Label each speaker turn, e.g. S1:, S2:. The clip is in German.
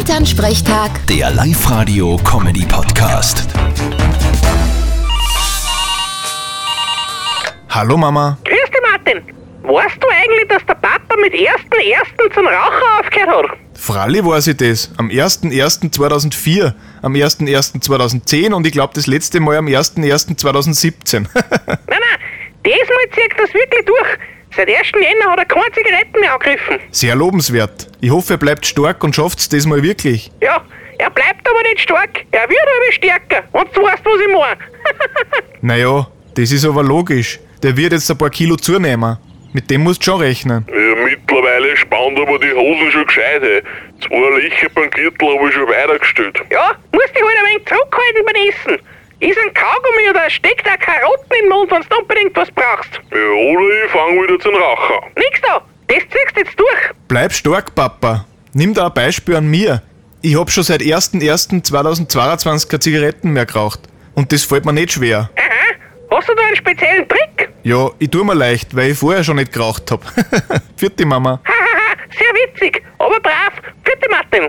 S1: Elternsprechtag,
S2: Der Live-Radio-Comedy-Podcast.
S3: Hallo Mama.
S4: Grüß dich, Martin. Weißt du eigentlich, dass der Papa mit 1.1. zum Rauchen aufgehört hat?
S3: Fralli weiß ich das. Am 01.01.2004, am 01.01.2010 und ich glaube das letzte Mal am 01.01.2017.
S4: Nein, nein, diesmal zieht das wirklich durch. Seit 1. Jänner hat er keine Zigaretten mehr angegriffen.
S3: Sehr lobenswert. Ich hoffe, ihr bleibt stark und schafft's das mal wirklich.
S4: Ja, er bleibt aber nicht stark. Er wird aber stärker. Und du weißt, was ich meine.
S3: Naja, das ist aber logisch. Der wird jetzt ein paar Kilo zunehmen. Mit dem musst du schon rechnen.
S5: Ja, Äh, mittlerweile spannt aber die Hosen schon gescheit. Hey. Zwei Löcher beim Gürtel habe ich schon weitergestellt.
S4: ja, musst dich halt ein wenig zurückhalten beim Essen. Ist ein Kaugummi oder steckt da Karotten in den Mund, wenn du unbedingt was brauchst.
S5: Ja, oder ich fange wieder zum Rauchen an.
S4: Nix da, das ziehst jetzt durch.
S3: Bleib stark, Papa. Nimm da ein Beispiel an mir. Ich hab schon seit 01.01.2022 keine Zigaretten mehr geraucht. Und das fällt mir nicht schwer.
S4: Aha, hast du da einen speziellen Trick?
S3: Ja, ich tu mir leicht, weil ich vorher schon nicht geraucht hab. Vierte Mama.
S4: Hahaha, sehr witzig, aber brav. Bitte, Martin.